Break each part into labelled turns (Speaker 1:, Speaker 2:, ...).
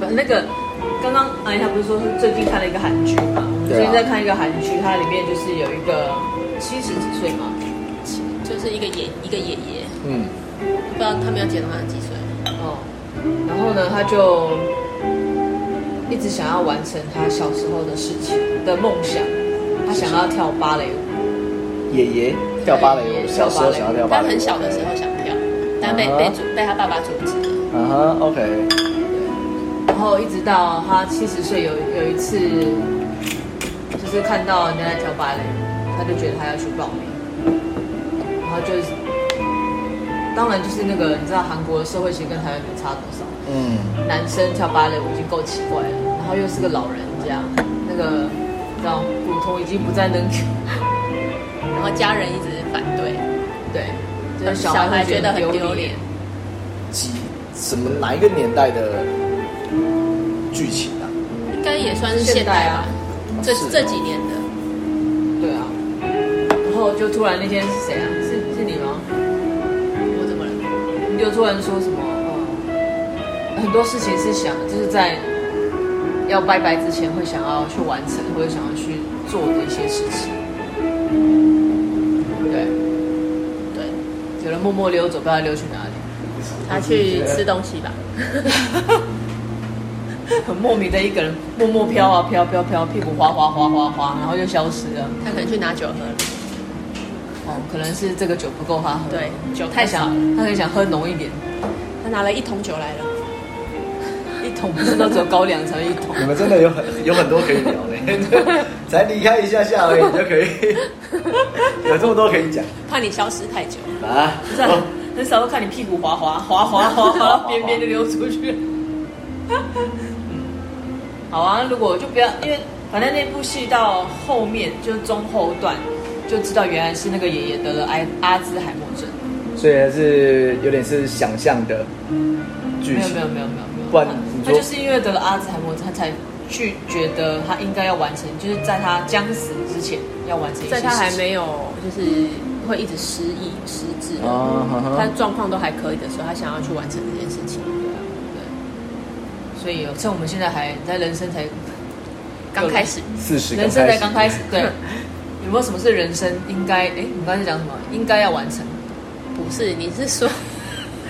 Speaker 1: 啊那个刚刚阿姨她不是说是最近看了一个韩剧嘛？我
Speaker 2: 对啊
Speaker 1: 最近在看一个韩剧，它里面就是有一个七十几岁嘛，
Speaker 3: 就是一个爷一个爷爷，
Speaker 2: 嗯，
Speaker 3: 不知道他们要解到他几岁。
Speaker 1: 哦，然后呢，他就一直想要完成他小时候的事情的梦想，他想要跳芭蕾舞，
Speaker 2: 爷爷跳芭蕾舞，小时候想要啊跳芭
Speaker 3: 他
Speaker 2: 蕾舞，
Speaker 3: 很小的时候想跳，但被被阻被他爸爸阻止了。
Speaker 2: 嗯哼，OK，
Speaker 1: 然后一直到他七十岁有有一次，就是看到人家在跳芭蕾舞，他就觉得他要去报名，然后就是，当然就是那个你知道韩国的社会其实跟台湾没差多少，
Speaker 2: 嗯，
Speaker 1: 男生跳芭蕾舞已经够奇怪了，然后又是个老人家，那个你知道骨头已经不再能。
Speaker 3: 然后家人一直反对，
Speaker 1: 对，就是小
Speaker 3: 小
Speaker 1: 孩
Speaker 3: 孩
Speaker 1: 会觉
Speaker 3: 觉
Speaker 1: 得
Speaker 3: 得
Speaker 1: 很
Speaker 3: 很
Speaker 1: 丢
Speaker 3: 丢
Speaker 1: 脸
Speaker 3: 脸。
Speaker 2: 几什么哪一个年代的剧情啊？
Speaker 3: 应该也算是现代啊吧，这
Speaker 2: 是
Speaker 3: 这几年的
Speaker 1: 对啊，然后就突然那天是谁啊？是是你吗？
Speaker 3: 我怎么了？
Speaker 1: 你就突然说什么？呃，很多事情是想就是在要拜拜之前会想要去完成或者想要去做的一些事情。对，
Speaker 3: 对，
Speaker 1: 有人默默溜走，不知道溜去哪里，
Speaker 3: 他去吃东西吧，
Speaker 1: 很莫名的一个人默默飘啊飘飘飘，屁股滑滑滑滑滑，然后就消失了。
Speaker 3: 他可能去拿酒喝了。
Speaker 1: 哦，可能是这个酒不够他喝，
Speaker 3: 对酒
Speaker 1: 太
Speaker 3: 太少
Speaker 1: 想，他很想喝浓一点，
Speaker 3: 他拿了一桶酒来了，
Speaker 1: 一桶不是都只有高粱才会一桶，
Speaker 2: 你们真的有很有很多可以聊的， 对才离开一下下而已你就可以，有这么多可以讲
Speaker 3: 怕你消失太久。
Speaker 2: 啊！
Speaker 1: 不是、啊、很少会看你屁股滑滑滑滑滑滑到边边就溜出去。嗯，好啊，如果就不要，因为反正那部戏到后面就是中后段就知道原来是那个爷爷得了阿阿兹海默症，
Speaker 2: 所以还是有点是想象的剧
Speaker 1: 没有
Speaker 2: 情，
Speaker 1: 没有没有没有没有，
Speaker 2: 不然
Speaker 1: 他
Speaker 2: 你
Speaker 1: 他
Speaker 2: 说
Speaker 1: 就是因为得了阿兹海默症，他才去觉得他应该要完成，就是在他将死之前要完成一些
Speaker 3: 在他还
Speaker 1: 事情
Speaker 3: 没有就是会一直失忆失智，
Speaker 2: 啊哈哈
Speaker 3: 他状况都还可以的时候，他想要去完成这件事情。
Speaker 1: 所以哦趁我们现在还在人生才
Speaker 3: 刚开始，
Speaker 2: 四十
Speaker 1: 人生才刚开始，对， 有没有什么是人生应该？哎，你刚才讲什么？应该要完成？
Speaker 3: 不是，你是说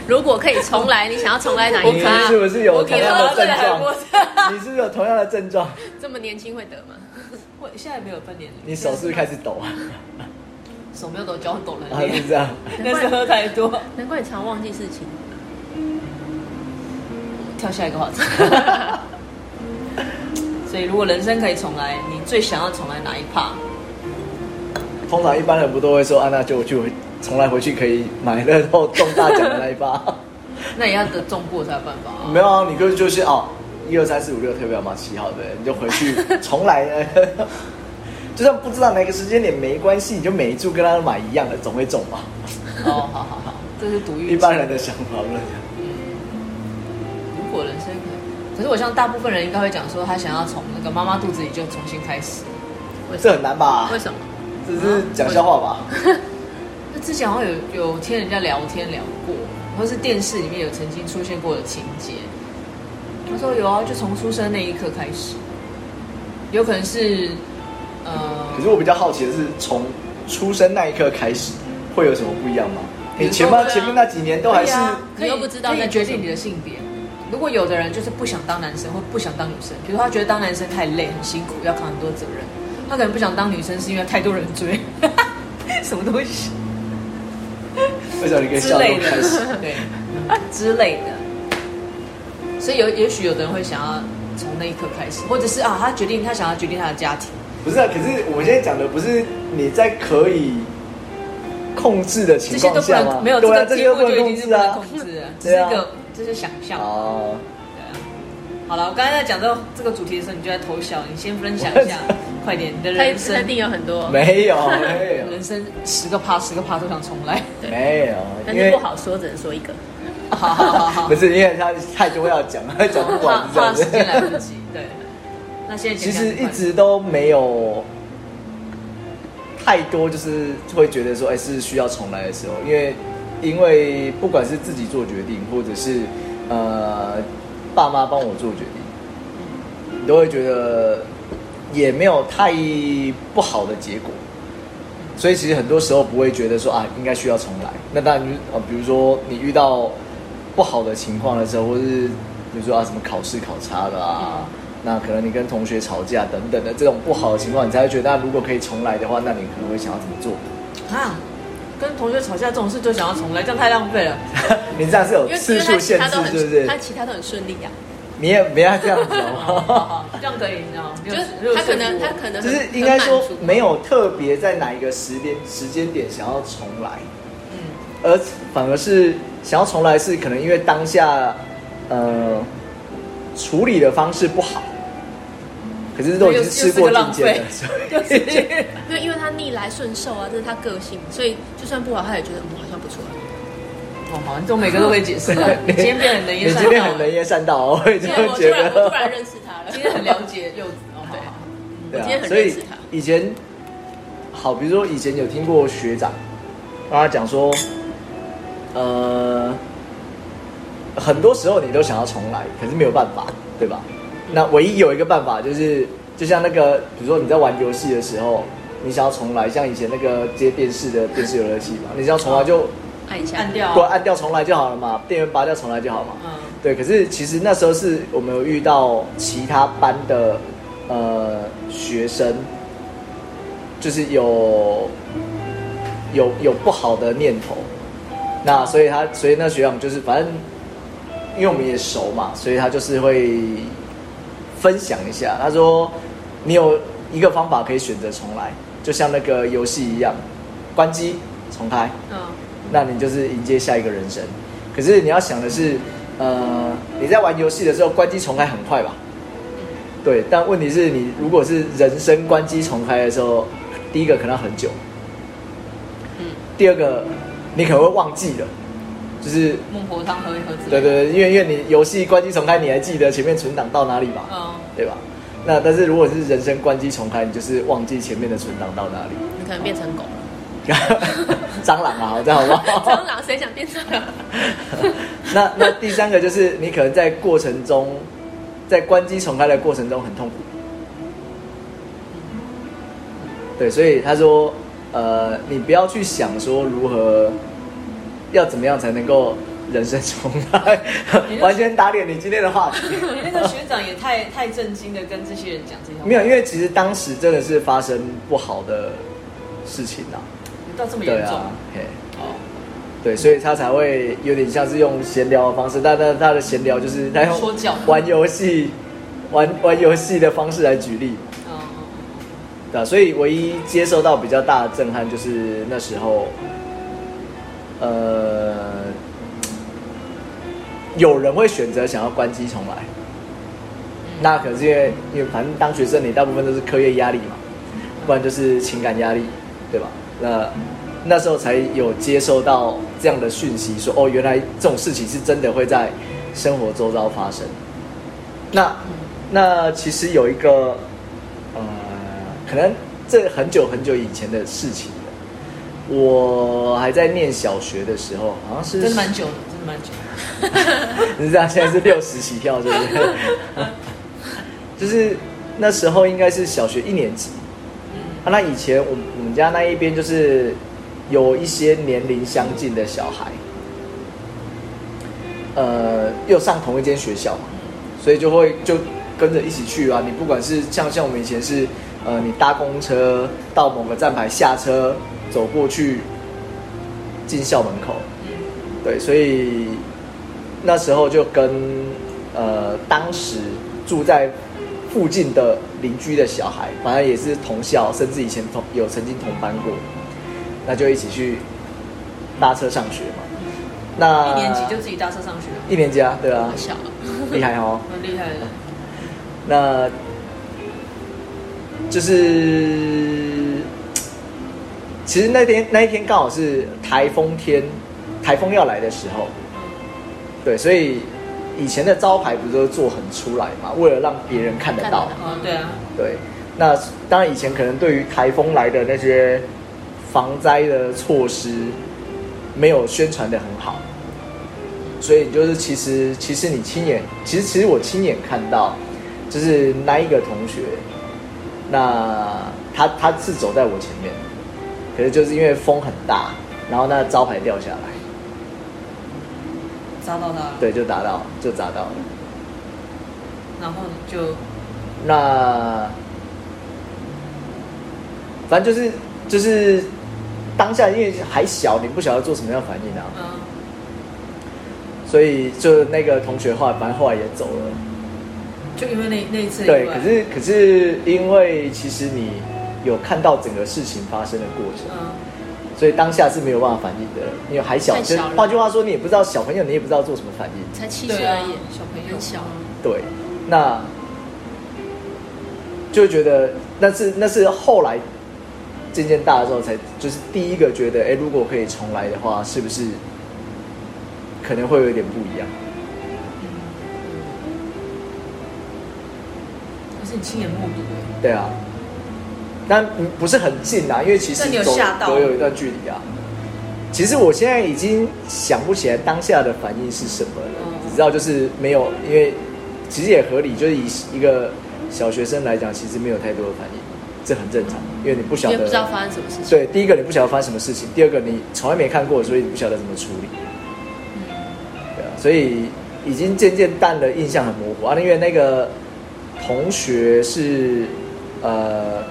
Speaker 3: 如果可以重来，你想要重来哪
Speaker 2: 你
Speaker 3: 一趴？
Speaker 2: 是不是有
Speaker 3: 我
Speaker 2: 同
Speaker 3: 给
Speaker 2: 样
Speaker 3: 了
Speaker 2: 的
Speaker 3: 阿兹
Speaker 2: 症
Speaker 3: 海默症
Speaker 2: 状？你是不是有同样的症状？
Speaker 3: 这么年轻会得吗？
Speaker 1: 我现在没有分年龄，
Speaker 2: 你手是不是开始抖 啊？
Speaker 1: 手没有抖，脚抖了
Speaker 2: 啊，是这样。
Speaker 1: 那是喝太多。
Speaker 3: 难怪你常忘记事情。
Speaker 1: 跳下一个话题。 所以，如果人生可以重来，你最想要重来哪一 part？
Speaker 2: 通常一般人不都会说，啊，那就去回，从来回去可以买乐透中大奖的那一 把。
Speaker 1: 那也要得中过才有办法啊。
Speaker 2: 没有啊，你就就是哦，一二三四五六特表嘛，七号对，你就回 去重来。 呃就算不知道哪个时间点没关系，你就每一注跟他买一样的，总会中吧。
Speaker 1: 哦，好好好，这是赌运气。
Speaker 2: 一般人的想法论，
Speaker 1: 如果人生可以，可是我像大部分人应该会讲说，他想要从那个妈妈肚子里就重新开始。
Speaker 3: 为什
Speaker 2: 这
Speaker 3: 么？
Speaker 2: 很难吧
Speaker 3: 为？什么？
Speaker 2: 这是讲笑话吧？
Speaker 1: 那之前好像有有听人家聊天聊过，或是电视里面有曾经出现过的情节。他说有啊，就从出生那一刻开始，有可能是呃，
Speaker 2: 可是我比较好奇的是，从出生那一刻开始，会有什么不一样吗？你前面
Speaker 1: 比如说对啊
Speaker 2: 前面那几年都还是
Speaker 1: 对啊
Speaker 3: 你又不知道
Speaker 1: 可以
Speaker 3: 在
Speaker 1: 决
Speaker 3: 做什么
Speaker 1: 定你的性别。如果有的人就是不想当男生或不想当女生，比如说他觉得当男生太累、很辛苦，要扛很多责任，他可能不想当女生是因为太多人追， 什么东西
Speaker 2: 为什么你可以
Speaker 1: 之
Speaker 2: 笑
Speaker 1: 类
Speaker 2: 中开始？
Speaker 1: 的， 对，之类的。所以有也许有的人会想要从那一刻开始，或者是啊，他决定他想要决定他的家庭，
Speaker 2: 不是啊，可是我们现在讲的不是你在可以控制的情
Speaker 1: 这些
Speaker 2: 况
Speaker 1: 都不
Speaker 2: 下吗？
Speaker 1: 能没有这
Speaker 2: 对啊，
Speaker 1: 个
Speaker 2: 这
Speaker 1: 几
Speaker 2: 些都
Speaker 1: 乎
Speaker 2: 不能
Speaker 1: 就已
Speaker 2: 控
Speaker 1: 经是
Speaker 2: 制
Speaker 1: 不能
Speaker 2: 啊。
Speaker 1: 控制了，只是
Speaker 2: 对
Speaker 1: 一
Speaker 2: 啊
Speaker 1: 个这是想象。
Speaker 2: 哦，
Speaker 1: 对啊好了，我刚才在讲这个这个主题的时候，你就在偷笑。你先分享一下，快点，你的
Speaker 3: 他
Speaker 1: 人
Speaker 3: 他一
Speaker 1: 生
Speaker 3: 定，有很多，
Speaker 2: 没有，没有，
Speaker 1: 人生十个趴，十个趴都想重 来。
Speaker 2: 没 有，
Speaker 3: 但
Speaker 2: 因
Speaker 3: 是
Speaker 2: 为
Speaker 3: 不好说，只能说一个。
Speaker 1: 好好好好
Speaker 2: 不，是因为他太多要讲，他讲不
Speaker 1: 怕
Speaker 2: 完，是
Speaker 1: 怕
Speaker 2: 这
Speaker 1: 时间
Speaker 2: 样
Speaker 1: 来
Speaker 2: 子。
Speaker 1: 不及。对，那现在
Speaker 2: 其
Speaker 1: 讲讲
Speaker 2: 实
Speaker 1: 快
Speaker 2: 一直都没有太多，就是会觉得说，哎、是需要重来的时候，因为因为不管是自己做决定，或者是呃爸妈帮我做决定，你都会觉得也没有太不好的结果。所以其实很多时候不会觉得说啊，应该需要重来。那当然就是啊，比如说你遇到不好的情况的时候，或是比如说啊什么考试考差了啊，那可能你跟同学吵架等等的这种不好的情况，你才会觉得，啊那如果可以重来的话，那你可能会想要怎么 做？
Speaker 1: 啊，跟同学吵架这种事就想要重来，这样太浪 费了。
Speaker 2: 你这样是有
Speaker 3: 因为因
Speaker 2: 次
Speaker 3: 为
Speaker 2: 数
Speaker 3: 他其
Speaker 2: 限
Speaker 3: 他
Speaker 2: 制
Speaker 3: 都，很
Speaker 2: 对不对
Speaker 3: 他？其他都很顺利啊，
Speaker 2: 你也不要这样子
Speaker 1: 好好
Speaker 2: 哦。
Speaker 1: 好这样可以，你知道吗？
Speaker 3: 就
Speaker 1: 没有
Speaker 3: 是
Speaker 1: 没有
Speaker 3: 他可
Speaker 1: 说
Speaker 3: 能
Speaker 1: 服我
Speaker 3: 他可能
Speaker 2: 就是
Speaker 3: 很
Speaker 2: 应该说
Speaker 3: 很满足
Speaker 2: 没有特别在哪一个时间时间点想要重来，
Speaker 1: 嗯，
Speaker 2: 而反而是想要重来是可能因为当下呃处理的方式不好，可是都已经事过境迁了，所 以
Speaker 1: 就是
Speaker 3: 没啊有，因为他逆来顺受啊，这是他个性，所以就算不好，他也觉得嗯好像不错啊。
Speaker 1: 哦，好，你这种每个都会解 释啊。你今天变得很能言
Speaker 2: 你
Speaker 1: 善
Speaker 2: 今天
Speaker 1: 道
Speaker 2: 很，能言善道哦，我已经
Speaker 3: 对，我突
Speaker 2: 觉
Speaker 3: 然我突然
Speaker 2: 得，
Speaker 3: 认识他了，
Speaker 1: 今天很了解柚子。哦，好好好。
Speaker 2: 对
Speaker 3: 我今天
Speaker 2: 啊，
Speaker 3: 很
Speaker 2: 所
Speaker 3: 认
Speaker 2: 以
Speaker 3: 识他
Speaker 2: 以前好，比如说以前有听过学长跟他讲说，呃，很多时候你都想要重来，可是没有办法，对吧？那唯一有一个办法就是，就像那个，比如说你在玩游戏的时候，你想要重来，像以前那个接电视的电视游乐器嘛，你想要重来就
Speaker 3: 按一下，
Speaker 1: 按掉
Speaker 2: 关按掉重来就好了嘛，电源拔掉重来就好嘛。
Speaker 1: 嗯
Speaker 2: 对，可是其实那时候是我们有遇到其他班的呃学生，就是有有有不好的念头，那所以他所以那学长就是反正因为我们也熟嘛，所以他就是会分享一下，他说你有一个方法可以选择重来，就像那个游戏一样，关机重开。
Speaker 1: 嗯，
Speaker 2: 那你就是迎接下一个人生。可是你要想的是，呃，你在玩游戏的时候关机重开很快吧？对，但问题是你如果是人生关机重开的时候，第一个可能要很久，
Speaker 3: 嗯
Speaker 2: 第二个你可能会忘记了，就是
Speaker 1: 孟婆汤喝一喝之类的
Speaker 2: 对对。对，因为因为你游戏关机重开，你还记得前面存档到哪里嘛？
Speaker 1: 嗯，
Speaker 2: 对吧？那但是如果是人生关机重开，你就是忘记前面的存档到哪里。
Speaker 3: 你可能变成狗了。
Speaker 2: 蟑螂啊，这样好不好？
Speaker 3: 蟑螂谁想变蟑螂？
Speaker 2: 那那第三个就是你可能在过程中，在关机重开的过程中很痛苦。对，所以他说，呃，你不要去想说如何，要怎么样才能够人生重来， 完全打脸你今天的话题。
Speaker 1: 你那个学长也太太震惊的跟这些人讲这些话，
Speaker 2: 没有，因为其实当时真的是发生不好的事情啊，
Speaker 1: 到这么
Speaker 2: 对
Speaker 1: 严重
Speaker 2: 啊，嘿。
Speaker 1: 哦。
Speaker 2: 对，所以他才会有点像是用闲聊的方式，但但他的闲聊就是他用
Speaker 1: 说教
Speaker 2: 玩游戏、玩玩游戏的方式来举例，
Speaker 1: 嗯
Speaker 2: 对啊吧、所以唯一接受到比较大的震撼就是那时候，呃，有人会选择想要关机重来，
Speaker 1: 嗯
Speaker 2: 那可能是因为因为反正当学生你大部分都是课业压力嘛，不然就是情感压力，对吧？那那时候才有接受到这样的讯息说，哦，原来这种事情是真的会在生活周遭发生。那
Speaker 1: 嗯
Speaker 2: 那其实有一个呃，可能这很久很久以前的事情了。我还在念小学的时候，好像是
Speaker 1: 真的蛮久的，真的蛮久的。
Speaker 2: 你知道现在是六十起跳，是不是？ 就是那时候应该是小学一年级。啊、那以前我们我们家那一边就是有一些年龄相近的小孩，呃，又上同一间学校嘛，所以就会就跟着一起去啊。你不管是像像我们以前是，呃，你搭公车到某个站牌下车，走过去进校门口，对，所以那时候就跟呃当时住在附近的邻居的小孩，反正也是同校，甚至以前同有曾经同班过，那就一起去搭车上学嘛。那
Speaker 1: 一年级就自己搭车上学，
Speaker 2: 一年级啊，对啊
Speaker 3: 好， 小了，
Speaker 2: 厉害哦。
Speaker 1: 蛮厉害的。
Speaker 2: 那就是，其实那天那一天刚好是台风天，台风要来的时候，对，所以以前的招牌不是都做很出来嘛，为了让别人看得到，
Speaker 3: 看得到
Speaker 1: 哦，对啊，
Speaker 2: 对。那当然以前可能对于台风来的那些防灾的措施没有宣传的很好，所以就是其实其实你亲眼，其实其实我亲眼看到就是那一个同学，那他他是走在我前面，可是就是因为风很大，然后那招牌掉下来，嗯
Speaker 1: 砸到他，，
Speaker 2: 对，就打到就砸到了。
Speaker 1: 然后你就
Speaker 2: 那反正就是就是当下因为还小，你不晓得做什么样的反应啊，
Speaker 1: 嗯，
Speaker 2: 所以就那个同学后来，反正后来也走了。
Speaker 1: 就因为那那一次
Speaker 2: 对，
Speaker 1: 意外
Speaker 2: 可是可是因为其实你有看到整个事情发生的过程，
Speaker 1: 嗯，
Speaker 2: 所以当下是没有办法反应的，因为还小。
Speaker 3: 太
Speaker 2: 就
Speaker 3: 小
Speaker 2: 是
Speaker 3: 了
Speaker 2: 换句话说，你也不知道小朋友，你也不知道做什么反应。
Speaker 3: 才七
Speaker 1: 对
Speaker 3: 岁
Speaker 1: 啊
Speaker 3: 而已，
Speaker 1: 小朋友
Speaker 3: 很小。啊
Speaker 2: 对，那就觉得那是那是后来渐渐大了之后才，就是第一个觉得，哎、如果可以重来的话，是不是可能会有一点不一样？
Speaker 1: 可是你亲眼目睹哎，
Speaker 2: 对啊，但不是很近啊，因为其实
Speaker 1: 那你有
Speaker 2: 走
Speaker 1: 吓到
Speaker 2: 走有一段距离啊。其实我现在已经想不起来当下的反应是什么了，
Speaker 1: 嗯
Speaker 2: 只知道就是没有，因为其实也合理，就是以一个小学生来讲，其实没有太多的反应，这很正常，因为你不晓
Speaker 3: 因为
Speaker 2: 得
Speaker 3: 不知道发生什么事情。
Speaker 2: 对，第一个你不晓得发生什么事情，第二个你从来没看过，所以你不晓得怎么处理。对啊，所以已经渐渐淡了，印象很模糊啊。因为那个同学是呃，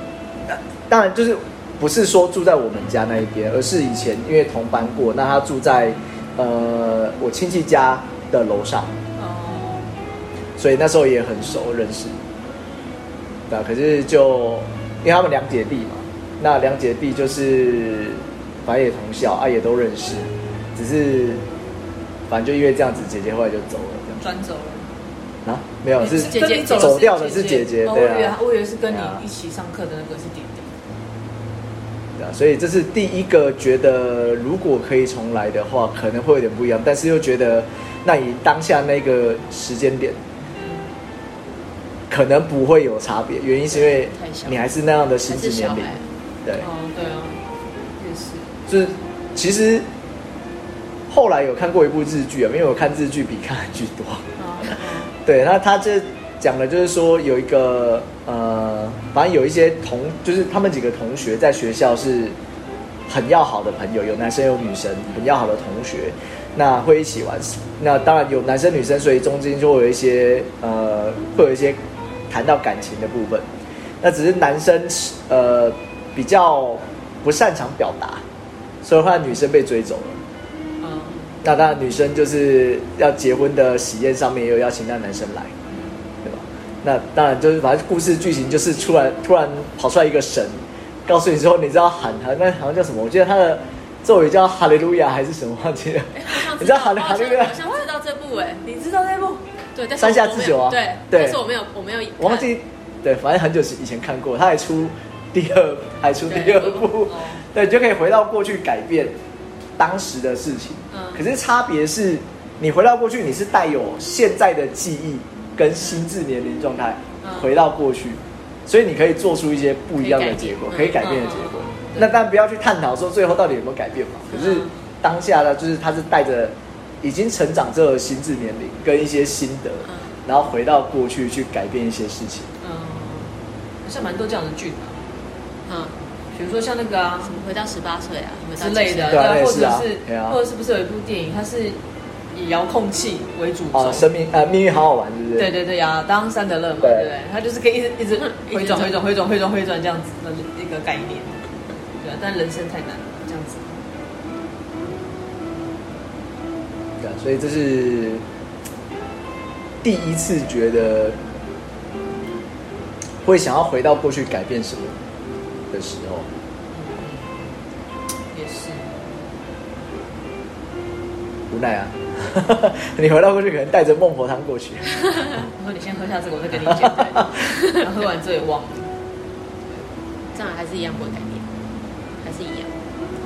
Speaker 2: 那当然就是不是说住在我们家那一边，而是以前因为同班过，那他住在呃我亲戚家的楼上，
Speaker 1: 哦，
Speaker 2: 所以那时候也很熟认识。对啊，可是就因为他们两姐弟嘛，那两姐弟就是反正也同校啊，也都认识，只是反正就因为这样子，姐姐后来就走了，这样
Speaker 1: 转走了，
Speaker 2: 子啊，没有是
Speaker 3: 姐姐
Speaker 1: 跟你走的
Speaker 2: 走
Speaker 1: 是
Speaker 2: 掉的是姐姐
Speaker 1: 哦我
Speaker 2: 对
Speaker 1: 以
Speaker 2: 啊
Speaker 1: 为我以为是跟你
Speaker 2: 对啊
Speaker 1: 一起上课的那个是弟弟，
Speaker 2: 对啊所以这是第一个觉得如果可以重来的话，可能会有点不一样，但是又觉得那以当下那个时间点，可能不会有差别，原因是因为
Speaker 3: 太小
Speaker 2: 你还是那样的
Speaker 3: 还
Speaker 2: 心智
Speaker 3: 是
Speaker 2: 年
Speaker 3: 小
Speaker 2: 龄
Speaker 3: 孩，，
Speaker 2: 对。
Speaker 1: 哦，对啊，也是，
Speaker 2: 就是其实后来有看过一部日剧啊，因为我看日剧比看韩剧多。
Speaker 1: 哦，
Speaker 2: 对，那他这讲的就是说有一个呃，反正有一些同，就是他们几个同学在学校是很要好的朋友，有男生有女生，很要好的同学，那会一起玩。那当然有男生女生，所以中间就会有一些呃，会有一些谈到感情的部分。那只是男生呃比较不擅长表达，所以后来女生被追走了。
Speaker 1: 嗯，
Speaker 2: 那当然，女生就是要结婚的喜宴上面也有邀请到男生来，对吧？那当然就是反正故事剧情就是突然突然跑出来一个神，告诉你之后，你知道喊他那好像叫什么？我记得他的咒语叫哈利路亚还是什么忘记了。你知道哈利哈利路
Speaker 3: 我
Speaker 2: 亚
Speaker 3: 好像知道这部哎，
Speaker 1: 你知道那部？
Speaker 3: 对，但是
Speaker 2: 山下
Speaker 3: 我没有
Speaker 2: 智久啊
Speaker 3: 对，
Speaker 2: 对
Speaker 3: 但是我没有，我没有看，
Speaker 2: 我忘记，对，反正很久以前看过，他还出第二，还出第
Speaker 3: 对
Speaker 2: 二部
Speaker 1: 哦，
Speaker 2: 对，你就可以回到过去改变当时的事情。
Speaker 3: 嗯
Speaker 2: 可是差别是你回到过去，你是带有现在的记忆跟心智年龄状态
Speaker 1: 嗯
Speaker 2: 回到过去，所以你可以做出一些不一样的结果，可
Speaker 3: 可
Speaker 2: 以
Speaker 3: 以
Speaker 2: 改
Speaker 3: 改
Speaker 2: 变
Speaker 3: 变
Speaker 2: 的
Speaker 3: 嗯
Speaker 2: 结果。
Speaker 1: 嗯
Speaker 2: 那但不要去探讨说最后到底有没有改变嘛。可是
Speaker 1: 嗯
Speaker 2: 当下呢，就是他是带着已经成长之后的心智年龄跟一些心得。
Speaker 3: 嗯
Speaker 2: 然后回到过去去改变一些事情。
Speaker 1: 嗯，好像蛮多这样的剧的，
Speaker 3: 嗯，
Speaker 1: 比如说像那个啊
Speaker 3: 什么回到十八岁啊，回到
Speaker 1: 之类的，
Speaker 3: 17
Speaker 2: 对啊那也
Speaker 1: 或
Speaker 2: 是
Speaker 1: 者
Speaker 2: 啊
Speaker 1: 是
Speaker 2: 对啊
Speaker 1: 或者是不是有一部电影，它是以遥控器为主
Speaker 2: 哦，
Speaker 1: 轴
Speaker 2: 生。命呃，命运好好玩，是不是？
Speaker 1: 对对对亚当·桑德勒嘛，
Speaker 2: 对嗯
Speaker 1: 对不对？他就是可以一直一直回转、
Speaker 3: 一
Speaker 1: 回
Speaker 3: 直
Speaker 1: 转、回转、回转、回转这样子的一个概念，对啊。但人生太难了，这样子。
Speaker 2: 对啊所以这是第一次觉得会想要回到过去改变什么的时候。
Speaker 1: 也是，
Speaker 2: 无奈啊， 你回到过去可能带着孟婆汤过去。
Speaker 3: 嗯
Speaker 1: 我说你先喝下这个，我再跟你讲。 对然后喝完之后也忘了，
Speaker 3: 这样还是一样不会改变，还是一样。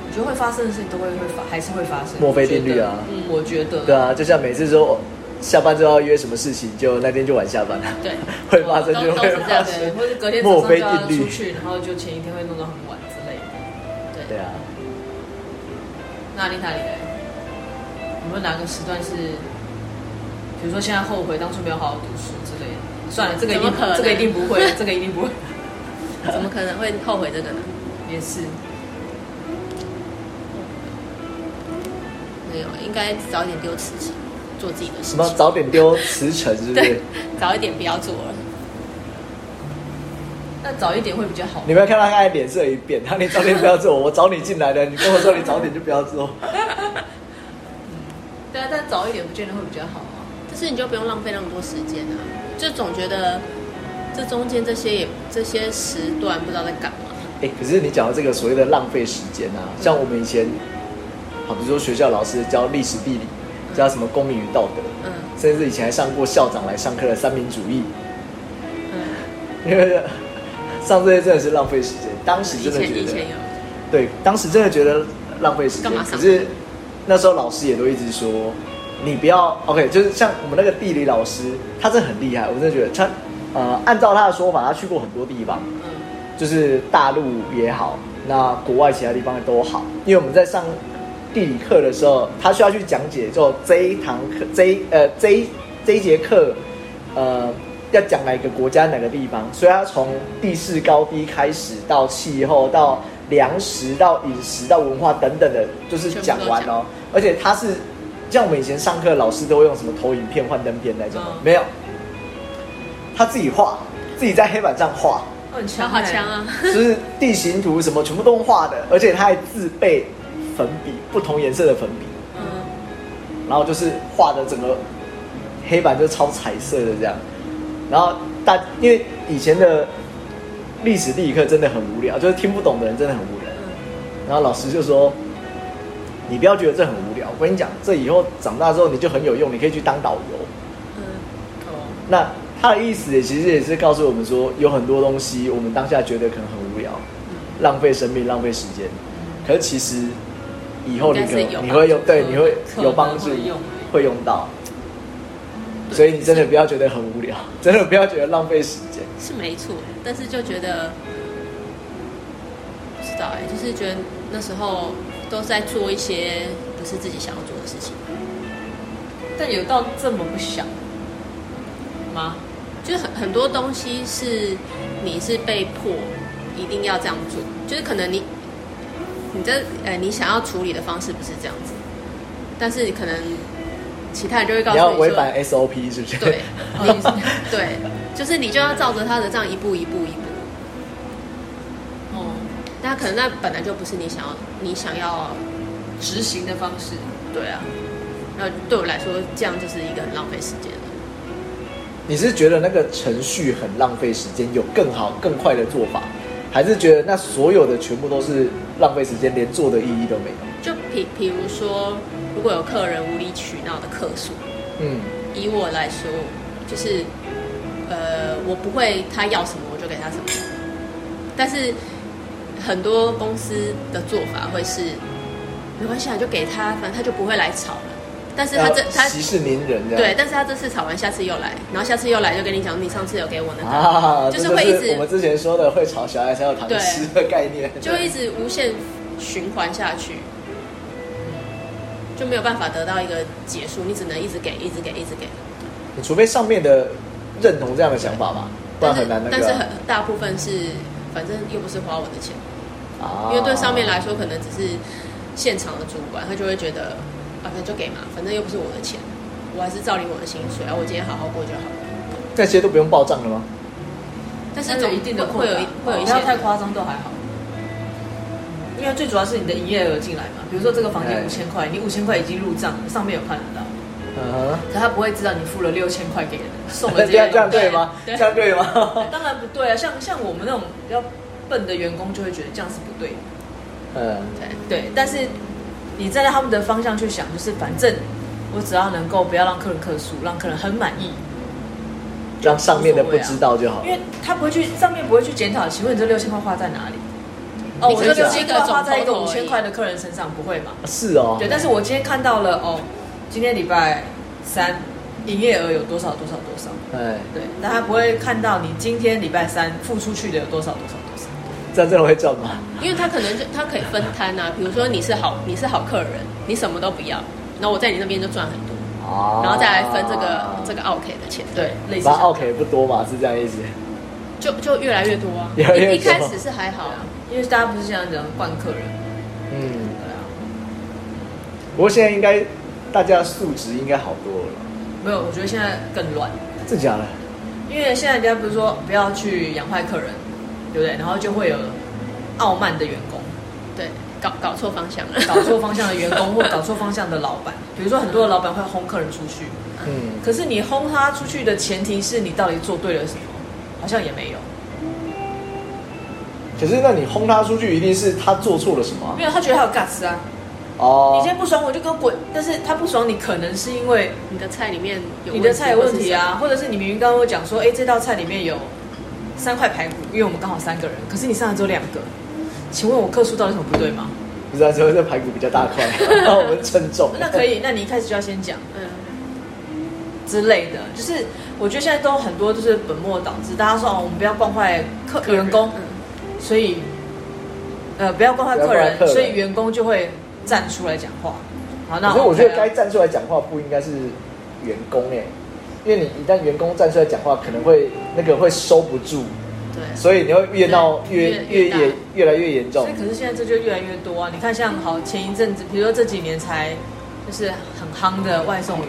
Speaker 1: 我觉得会发生的事情都会会发，还是会发生。
Speaker 2: 墨菲定律啊
Speaker 1: 我觉得嗯，我觉得。
Speaker 2: 对啊，就像每次说下班之后要约什么事情，就那天就晚下班了。
Speaker 3: 对，
Speaker 2: 会发生就
Speaker 3: 都
Speaker 2: 会
Speaker 3: 都是这
Speaker 2: 发
Speaker 3: 样
Speaker 2: 生
Speaker 1: 对，。或者隔天早
Speaker 2: 墨
Speaker 1: 上就
Speaker 2: 菲
Speaker 1: 要
Speaker 2: 定律
Speaker 1: 出。去，然后就前一天会弄到很晚之类的。
Speaker 2: 对
Speaker 3: 对，
Speaker 2: 啊，
Speaker 1: 那你哪里来？有没有哪个时段是，比如说现在后悔当初没有好好读书之类的？算了，这个一定
Speaker 3: 怎么可能
Speaker 1: 这个一定不 会，这个一定不会，
Speaker 3: 怎么可能会后悔这个呢？
Speaker 1: 也是
Speaker 3: 没有，应该早点丢辞职，做自己的事
Speaker 2: 什么
Speaker 3: 情。
Speaker 2: 早点丢辞呈是不
Speaker 3: 对
Speaker 2: 是？，
Speaker 3: 早一点不要做了。
Speaker 1: 那早一点会比较好。
Speaker 2: 你没有看到他的脸色一变，他连早点不要做，我找你进来的，你跟我说你早点就不要 做，
Speaker 1: 对啊，但早一点不见得会比较好啊。
Speaker 3: 但是你就不用浪费那么多时间啊，就总觉得这中间这些也这些时段不知道在干嘛。
Speaker 2: 哎、可是你讲到这个所谓的浪费时间啊，像我们以前，好比如说学校老师教历史地理，教什么公民与道德，
Speaker 3: 嗯
Speaker 2: 甚至以前还上过校长来上课的三民主义，
Speaker 3: 嗯，
Speaker 2: 因为上这些真的是浪费时间。当时
Speaker 3: 以
Speaker 2: 真的
Speaker 3: 前
Speaker 2: 觉
Speaker 3: 以
Speaker 2: 得
Speaker 3: 前，有，
Speaker 2: 对，当时真的觉得浪费时间
Speaker 3: 干嘛。
Speaker 2: 可
Speaker 3: 上
Speaker 2: 是那时候老师也都一直说，你不要 OK，就是像我们那个地理老师，他真的很厉害，我真的觉得他呃，按照他的说法，他去过很多地方。
Speaker 3: 嗯
Speaker 2: 就是大陆也好，那国外其他地方都好，因为我们在上地理课的时候，他需要去讲解，就这一堂课，这一呃这一这一节课，呃要讲哪个国家哪个地方，所以他从地势高低开始，到气候，到粮食，到饮食，到文化等等的，就是讲完
Speaker 3: 全部都
Speaker 2: 哦。而且他是像我们以前上课，老师都会用什么投影片、幻灯片那种，
Speaker 1: 嗯
Speaker 2: 没有，
Speaker 3: 嗯
Speaker 2: 他自己画，自己在黑板上画。
Speaker 1: 哦很强
Speaker 3: 小
Speaker 1: 欸
Speaker 3: 好强！啊，
Speaker 2: 就是地形图什么全部都画的，而且他还自备粉笔，不同颜色的粉笔，
Speaker 3: 嗯，
Speaker 2: 然后就是画的整个黑板就超彩色的这样。然后大因为以前的历史地理课真的很无聊，就是听不懂的人真的很无聊。然后老师就说：“你不要觉得这很无聊，我跟你讲，这以后长大之后你就很有用，你可以去当导游。”
Speaker 3: 嗯，
Speaker 1: 哦，
Speaker 2: 那他的意思也其实也是告诉我们说，有很多东西我们当下觉得可能很无聊，
Speaker 3: 嗯
Speaker 2: 浪费生命、浪费时间，可是其实以后你可
Speaker 3: 应该是有
Speaker 2: 能你会用，对，
Speaker 1: 帮助
Speaker 2: 你会
Speaker 1: 可能
Speaker 2: 有帮助
Speaker 1: 会用，
Speaker 2: 会用到。
Speaker 3: 嗯
Speaker 2: 所以你真的不要觉得很无聊，真的不要觉得浪费时间。
Speaker 3: 是没错，但是就觉得不知道哎、就是觉得那时候都在做一些不是自己想要做的事情，
Speaker 1: 但有到这么不想吗？
Speaker 3: 就是很很多东西是你是被迫一定要这样做，就是可能你你这呃你想要处理的方式不是这样子，但是可能其他人就会告
Speaker 2: 你
Speaker 3: 诉
Speaker 2: 要
Speaker 3: 你
Speaker 2: 违
Speaker 3: 说
Speaker 2: 反 SOP 是不是？
Speaker 3: 对
Speaker 1: 哦你是
Speaker 3: 对，就是你就要照着他的这样一步一步一步，
Speaker 1: 哦，
Speaker 3: 那可能那本来就不是你想要你想要
Speaker 1: 执行的方式，
Speaker 3: 对啊，那对我来说这样就是一个很浪费时间的，
Speaker 2: 你是觉得那个程序很浪费时间，有更好更快的做法，还是觉得那所有的全部都是浪费时间，连做的意义都没有？
Speaker 3: 就比比如说如果有客人无理取闹的客诉，
Speaker 2: 嗯，
Speaker 3: 以我来说，就是呃，我不会他要什么我就给他什么，但是很多公司的做法会是没关系啊，就给他，反正他就不会来吵了。但是他这
Speaker 2: 要
Speaker 3: 他
Speaker 2: 息事宁人这样。
Speaker 3: 对，但是他这次吵完，下次又来，然后下次又来就跟你讲，你上次有给我那个，
Speaker 2: 啊，
Speaker 3: 就是
Speaker 2: 这
Speaker 3: 会一直
Speaker 2: 我们之前说的会吵小孩才有糖吃的概念，
Speaker 3: 就会一直无限循环下去，就没有办法得到一个结束，你只能一直给，一直给，一直给。
Speaker 2: 你除非上面的认同这样的想法吧，不然
Speaker 3: 但是
Speaker 2: 很难那个
Speaker 3: 但是很大部分是，反正又不是花我的钱，
Speaker 2: 啊
Speaker 3: 因为对上面来说可能只是现场的主管，他就会觉得啊，那就给嘛，反正又不是我的钱，我还是照领我的薪水啊，我今天好好过就好了。
Speaker 2: 那些都不用报账了吗？
Speaker 3: 但是
Speaker 1: 但
Speaker 3: 总
Speaker 1: 有一定的哦
Speaker 3: 会会有一会有一
Speaker 1: 不
Speaker 3: 些
Speaker 1: 要太夸张都还好。因为最主要是你的营业额进来嘛，比如说这个房间
Speaker 2: 对
Speaker 1: 五千块，你五千块已经入账了，上面有看得到，
Speaker 2: 嗯哼，
Speaker 1: 可他不会知道你付了六千块给人，送了
Speaker 2: 那
Speaker 1: 这
Speaker 2: 这样这样
Speaker 1: 个。
Speaker 2: 对吗？
Speaker 3: 对
Speaker 2: 这样对吗？
Speaker 1: 当然不对啊，像像我们那种比较笨的员工就会觉得这样是不对的。
Speaker 2: 嗯，
Speaker 3: 对
Speaker 1: 对，但是你站在他们的方向去想，就是反正我只要能够不要让客人客诉，让客人很满意，
Speaker 2: 让上面的不知道就好
Speaker 3: 啊
Speaker 1: 因。为他不会去上面不会去检讨，请问你这六千块花在哪里？哦，
Speaker 3: 你
Speaker 1: 我
Speaker 2: 可以
Speaker 1: 这
Speaker 2: 讲
Speaker 1: 六千块花在一个
Speaker 3: 总
Speaker 1: 五
Speaker 3: 头而已
Speaker 1: 千块的客人身上，不会嘛？
Speaker 2: 是哦
Speaker 1: 对，，但是我今天看到了哦，今天礼拜三营业额有多少多少多少，
Speaker 2: 哎，
Speaker 1: 对，但他不会看到你今天礼拜三付出去的有多少多少多少。
Speaker 2: 这样真的会赚吗？
Speaker 3: 因为他可能就他可以分摊啊，比如说你是好你是好客人，你什么都不要，然后我在你那边就赚很多，
Speaker 2: 啊
Speaker 3: 然后再来分这个这个 OK 的钱，
Speaker 1: 对，类似
Speaker 2: 反正
Speaker 1: 像
Speaker 2: OK 不多嘛，是这样意思。
Speaker 3: 就就越来越多啊。
Speaker 2: 越来越多
Speaker 3: 一一开始是还好啊，
Speaker 1: 因为大家不是这样讲惯客人，
Speaker 2: 嗯，
Speaker 1: 对啊，
Speaker 2: 不过现在应该大家的素质应该好多了，
Speaker 1: 没有，我觉得现在更乱，
Speaker 2: 真假的？
Speaker 1: 因为现在人家不是说不要去养坏客人，对不对？然后就会有傲慢的员工，
Speaker 3: 对，搞搞错方向了，
Speaker 1: 搞错方向的员工或搞错方向的老板，比如说很多的老板会轰客人出去，
Speaker 2: 嗯，
Speaker 1: 可是你轰他出去的前提是你到底做对了什么，好像也没有，
Speaker 2: 可是那你轰他出去，一定是他做错了什么啊、
Speaker 1: 没有，他觉得他有 guts 啊，你
Speaker 2: 哦，
Speaker 1: 今天不爽我就给我滚，但是他不爽你可能是因为
Speaker 3: 你的菜里面有
Speaker 1: 你的菜有问题
Speaker 3: 或是什
Speaker 1: 啊，
Speaker 3: 么，
Speaker 1: 或者是你明明刚刚我讲说，哎、这道菜里面有三块排骨，因为我们刚好三个人，可是你上来只有两个，请问我客数到底有什么不对吗？
Speaker 2: 不知道这排骨比较大 块，那我们称重。
Speaker 1: 那可以，那你一开始就要先讲
Speaker 3: 嗯，
Speaker 1: 之类的，就是我觉得现在都很多就是本末倒置，大家说哦，我们不要惯坏客员工，
Speaker 3: 嗯
Speaker 1: 所以呃不要惯坏
Speaker 2: 不要
Speaker 1: 客
Speaker 2: 惯坏
Speaker 1: 人
Speaker 2: 客，人
Speaker 1: 所以员工就会站出来讲话。好，那
Speaker 2: 可是我
Speaker 1: OK
Speaker 2: 觉得
Speaker 1: 啊
Speaker 2: 该站出来讲话不应该是员工哎、因为你一旦员工站出来讲话，可能会那个会收不住，
Speaker 3: 对，
Speaker 2: 所以你会越闹
Speaker 3: 对
Speaker 2: 越
Speaker 3: 越
Speaker 2: 越
Speaker 3: 大
Speaker 2: 严越来越严重
Speaker 1: 所以。可是现在这就越来越多啊！你看，像好前一阵子，比如说这几年才就是很夯的外送员，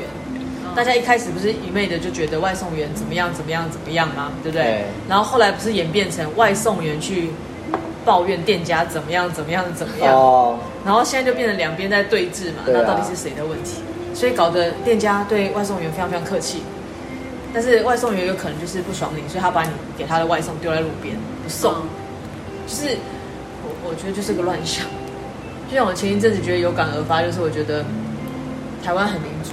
Speaker 1: 大家一开始不是一昧的就觉得外送员怎么样怎么样怎么样吗？对不对？
Speaker 2: 对
Speaker 1: 然后后来不是演变成外送员去抱怨店家怎么样怎么样怎么样，
Speaker 2: 哦，
Speaker 1: 然后现在就变成两边在对峙嘛，
Speaker 2: 对啊
Speaker 1: 那到底是谁的问题？所以搞得店家对外送员非常非常客气，但是外送员有可能就是不爽你，所以他把你给他的外送丢在路边不送。
Speaker 3: 嗯
Speaker 1: 就是我我觉得就是个乱象。就像我前一阵子觉得有感而发，就是我觉得台湾很民主，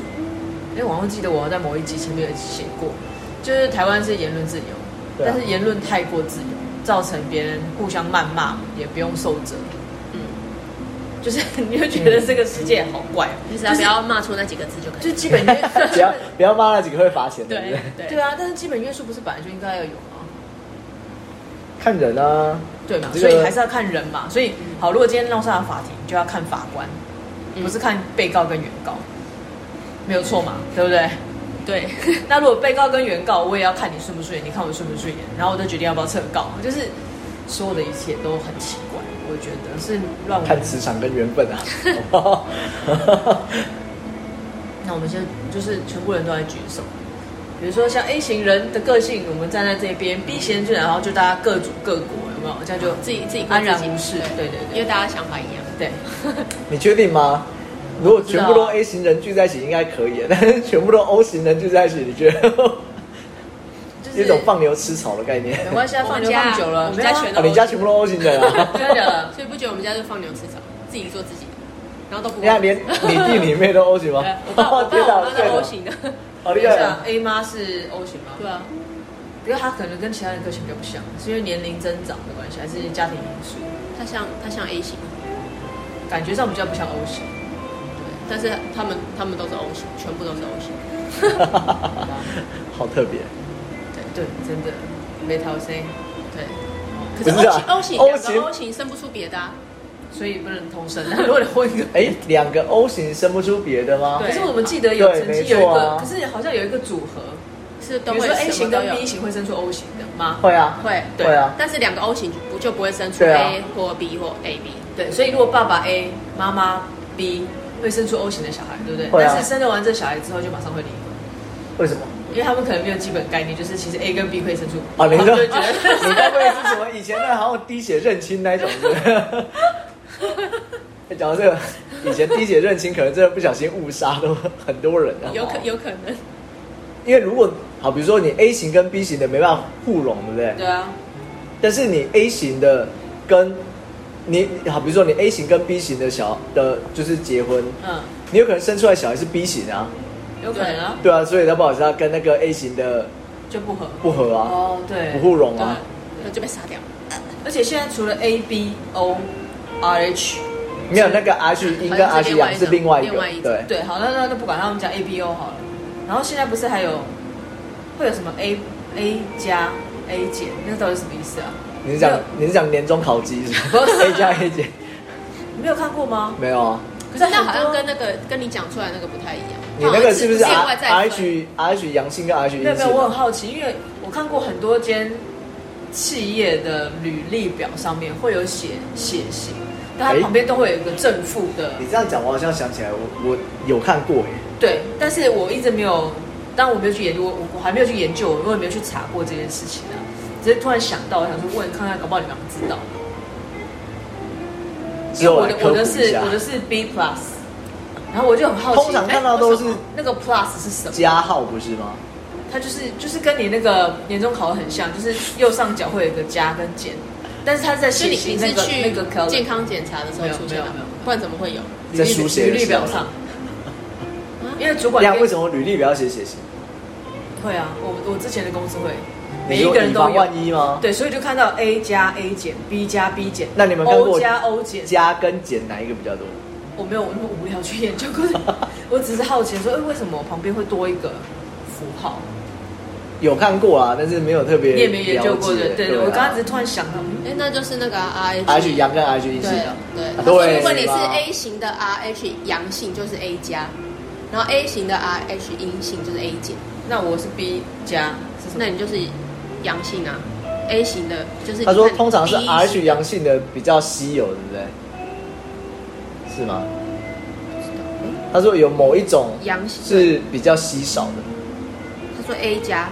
Speaker 1: 因为我好像记得我在某一集前面有写过，就是台湾是言论自由，
Speaker 2: 对啊
Speaker 1: 但是言论太过自由，造成别人互相谩骂，也不用受责。
Speaker 3: 嗯，
Speaker 1: 就是 你会觉得这个世界好怪哦，
Speaker 3: 你只要不要骂出那几个字就可
Speaker 1: 就
Speaker 3: 以
Speaker 1: 是，基本约
Speaker 2: 不嗯要不要骂那几个会罚钱的，对不
Speaker 3: 对
Speaker 2: 对？
Speaker 3: 对
Speaker 1: 对啊，但是基本约束不是本来就应该要有吗？
Speaker 2: 看人啊，
Speaker 1: 对嘛，
Speaker 2: 这
Speaker 1: 所
Speaker 2: 个
Speaker 1: 以还是要看人嘛。所以好，如果今天闹上了法庭，就要看法官，
Speaker 3: 嗯
Speaker 1: 不是看被告跟原告，没有错嘛，对不对？
Speaker 3: 对，
Speaker 1: 那如果被告跟原告，我也要看你顺不顺眼，你看我顺不顺眼，然后我再决定要不要撤告。 就是所有的一切都很奇怪，我觉得是乱我
Speaker 2: 看磁场跟缘分啊。 好不好
Speaker 1: 那我们现在就是全部人都在举手，比如说像 A 型人的个性，我们站在这边；B 型人，然后就大家各组各国，有没有？这样就
Speaker 3: 自己自己过
Speaker 1: 安然
Speaker 3: 自己
Speaker 1: 无事。对对
Speaker 3: 因为
Speaker 1: 对，
Speaker 3: 大家想法一样，
Speaker 1: 对。
Speaker 2: 你确定吗？如果
Speaker 1: 我不知道啊
Speaker 2: 全部都 A 型人聚在一起，应该可以， 但是全部都 O 型人聚在一起，你觉得
Speaker 1: 就是
Speaker 2: 有一种放牛吃草的概念？
Speaker 1: 没 关系啊，
Speaker 3: 我
Speaker 1: 放
Speaker 3: 们
Speaker 1: 牛
Speaker 3: 家
Speaker 1: 放久了，
Speaker 3: 我们家全
Speaker 1: 没有啊
Speaker 2: 啊，你家全部都 O 型人啊？
Speaker 1: 真 的假的？
Speaker 3: 所以不久我们家就放牛吃草，自己做自己的，然后都不
Speaker 2: 你看，连哦你弟你妹都 O 型吗
Speaker 3: 对？我 爸我爸
Speaker 2: 天
Speaker 3: 我
Speaker 2: 哪
Speaker 3: 妈
Speaker 2: 对
Speaker 3: 都
Speaker 2: 了
Speaker 3: O 型的，
Speaker 2: 好
Speaker 1: 等
Speaker 2: 厉
Speaker 1: 一
Speaker 2: 害
Speaker 1: 下
Speaker 2: 啊！
Speaker 1: ，A 妈是 O 型吗？
Speaker 3: 对啊，
Speaker 1: 因为她可能跟其他人个性比较不像，是因为年龄增长的关系，还是家庭因素？
Speaker 3: 他像他像 A 型，
Speaker 1: 感觉上比较不像 O 型。
Speaker 3: 对，但是他们他们都是 O 型，全部都是 O 型，
Speaker 2: 好特别，
Speaker 1: 对，真的没逃生，
Speaker 3: 对。可
Speaker 2: 不
Speaker 3: 是
Speaker 2: 是
Speaker 3: O
Speaker 2: 啊
Speaker 3: 型
Speaker 2: O
Speaker 3: O 型两
Speaker 2: 型
Speaker 3: 个 O 型生不出别的啊，
Speaker 1: 所以不能同 生。如果你混一个，
Speaker 2: 哎，两个 O 型生不出别的吗？
Speaker 3: 对
Speaker 1: 可是我们记得有
Speaker 2: 对
Speaker 1: 曾经有一
Speaker 2: 没错
Speaker 1: 个，
Speaker 2: 啊
Speaker 1: 可是好像有一个组合，
Speaker 3: 是
Speaker 1: 比
Speaker 3: 都
Speaker 1: 如
Speaker 3: 会
Speaker 1: 说 A
Speaker 3: 什
Speaker 1: 型
Speaker 3: 么都
Speaker 1: 跟
Speaker 3: 有
Speaker 1: B 型会生出 O 型的吗？
Speaker 2: 会啊，
Speaker 3: 会
Speaker 1: 对
Speaker 2: 会啊，
Speaker 3: 但是两个 O 型就不就不会生出
Speaker 2: 对啊
Speaker 3: A 或 B 或 AB，
Speaker 1: 对，所以如果爸爸 A，妈妈 B，会生出 O 型的小孩，对不对？
Speaker 2: 会啊
Speaker 1: 但是生了完这小孩之后，就马上会离婚。
Speaker 2: 为什么？
Speaker 1: 因为他们可能没有基本概念，就是其实 A 跟 B 会生出
Speaker 2: 啊，你
Speaker 1: 他
Speaker 2: 说
Speaker 1: 们就觉得
Speaker 2: 你该不会是什么以前那好像滴血认亲那一种的？ 讲到这个，以前滴血认亲可能真的不小心误杀了很多人啊。
Speaker 3: 有可有可能，
Speaker 2: 因为如果好，比如说你 A 型跟 B 型的没办法互融，对不对？
Speaker 1: 对啊，
Speaker 2: 但是你 A 型的跟你好，比如说你 A 型跟 B 型的小的，就是结婚，
Speaker 1: 嗯，
Speaker 2: 你有可能生出来小孩是 B 型啊，
Speaker 1: 有可能啊，
Speaker 2: 对啊，所以他不好意思，他跟那个 A 型的
Speaker 1: 就不合。
Speaker 2: 不合啊，
Speaker 1: 哦，对，
Speaker 2: 不互融啊。
Speaker 3: 那就被杀掉了。
Speaker 1: 而且现在除了 A B O R H，
Speaker 2: 没有那个 H 因跟 H 阳是另外一个
Speaker 3: 另外一，种
Speaker 2: 对，
Speaker 1: 对，好，那那就不管他们讲 A B O 好了。然后现在不是还有会有什么 A A 加 A 减，那到底什么意思啊？
Speaker 2: 你是讲你是讲年终考绩是吗
Speaker 1: 不是
Speaker 2: ？A 加 A 减
Speaker 1: 你没有看过吗？
Speaker 2: 没有啊？
Speaker 3: 可是那
Speaker 1: 很
Speaker 3: 好像
Speaker 1: 多
Speaker 3: 跟那个跟你讲出来那个不太一样。
Speaker 2: 你那个是不是啊
Speaker 3: 好像
Speaker 2: R
Speaker 3: 外在
Speaker 2: R
Speaker 3: 分
Speaker 2: H R H 阳性跟 R H 阴
Speaker 1: 没有
Speaker 2: 性？啊
Speaker 1: 没有，我很好奇，因为我看过很多间企业的履历表上面会有写写信，但它
Speaker 2: 哎
Speaker 1: 旁边都会有一个正负的，
Speaker 2: 你这样讲，我好像想起来，我我有看过耶。
Speaker 1: 对，但是我一直没有，当然我没有去研究，我我还没有去研究，我也没有去查过这件事情啊，只是突然想到，想说问看看，搞不好你们知道。
Speaker 2: 之后
Speaker 1: 我
Speaker 2: 来
Speaker 1: 的
Speaker 2: 科
Speaker 1: 我
Speaker 2: 普
Speaker 1: 的
Speaker 2: 一
Speaker 1: 是
Speaker 2: 下
Speaker 1: 我。的是 B plus，然后我就很好奇，
Speaker 2: 通常看到都
Speaker 1: 哎为
Speaker 2: 是
Speaker 1: 什么那个 plus 是什么？
Speaker 2: 加号不是吗？
Speaker 1: 它就是就是跟你那个年终考得很像，就是右上角会有一个加跟减，但是它是在
Speaker 3: 所
Speaker 1: 写
Speaker 3: 以你
Speaker 1: 信
Speaker 3: 你
Speaker 1: 那
Speaker 3: 是
Speaker 1: 个那
Speaker 3: 去
Speaker 1: 个 calendar
Speaker 3: 健康检查的时候
Speaker 1: 没有
Speaker 3: 出
Speaker 1: 没
Speaker 3: 现
Speaker 1: 有
Speaker 3: 的
Speaker 1: 没有没有，
Speaker 3: 不然怎么会有？
Speaker 1: 履历
Speaker 2: 在书写
Speaker 1: 履
Speaker 2: 的
Speaker 1: 历
Speaker 2: 时候
Speaker 1: 表 上
Speaker 3: 啊，
Speaker 1: 因为主管
Speaker 2: 两为什
Speaker 1: 么
Speaker 2: 么履历不要写写信？
Speaker 1: 会啊？我我之前的公司会，
Speaker 2: 你
Speaker 1: 每一
Speaker 2: 说
Speaker 1: 个人
Speaker 2: 以
Speaker 1: 都
Speaker 2: 防
Speaker 1: 有。
Speaker 2: 万一吗？
Speaker 1: 对，所以就看到 A 加 A 减，B 加 B 减，
Speaker 2: 那你们看过
Speaker 1: O 加 O 减，
Speaker 2: 加跟减哪一个比较多？
Speaker 1: 我没有那么无聊去研究过，我只是好奇说，哎，为什么我旁边会多一个符号？
Speaker 2: 有看过啊，但是没有特别
Speaker 1: 你也没研究过
Speaker 2: 了解
Speaker 1: 的，对
Speaker 2: 对啊，
Speaker 1: 我刚刚只是突然想到，嗯，
Speaker 3: 哎，那就是那个 R H
Speaker 2: R H 阳跟 R H 阴
Speaker 3: 对
Speaker 2: 性啊。
Speaker 3: 对，
Speaker 2: 对
Speaker 3: 所以如果你是
Speaker 2: 是吧
Speaker 3: A 型的 R H 阳性就是 A 加，然后 A 型的 R H 阴性就是 A 减，
Speaker 1: 那我是 B 加是什么？
Speaker 3: 那你就是阳性啊。A 型的就是
Speaker 2: 他说
Speaker 3: 你看
Speaker 2: 通常是
Speaker 3: B
Speaker 2: R
Speaker 3: 型
Speaker 2: H 阳性的比较稀有，对不对？是吗？他说有某一种
Speaker 3: 阳性
Speaker 2: 是比较稀少的，
Speaker 3: 他说 A 加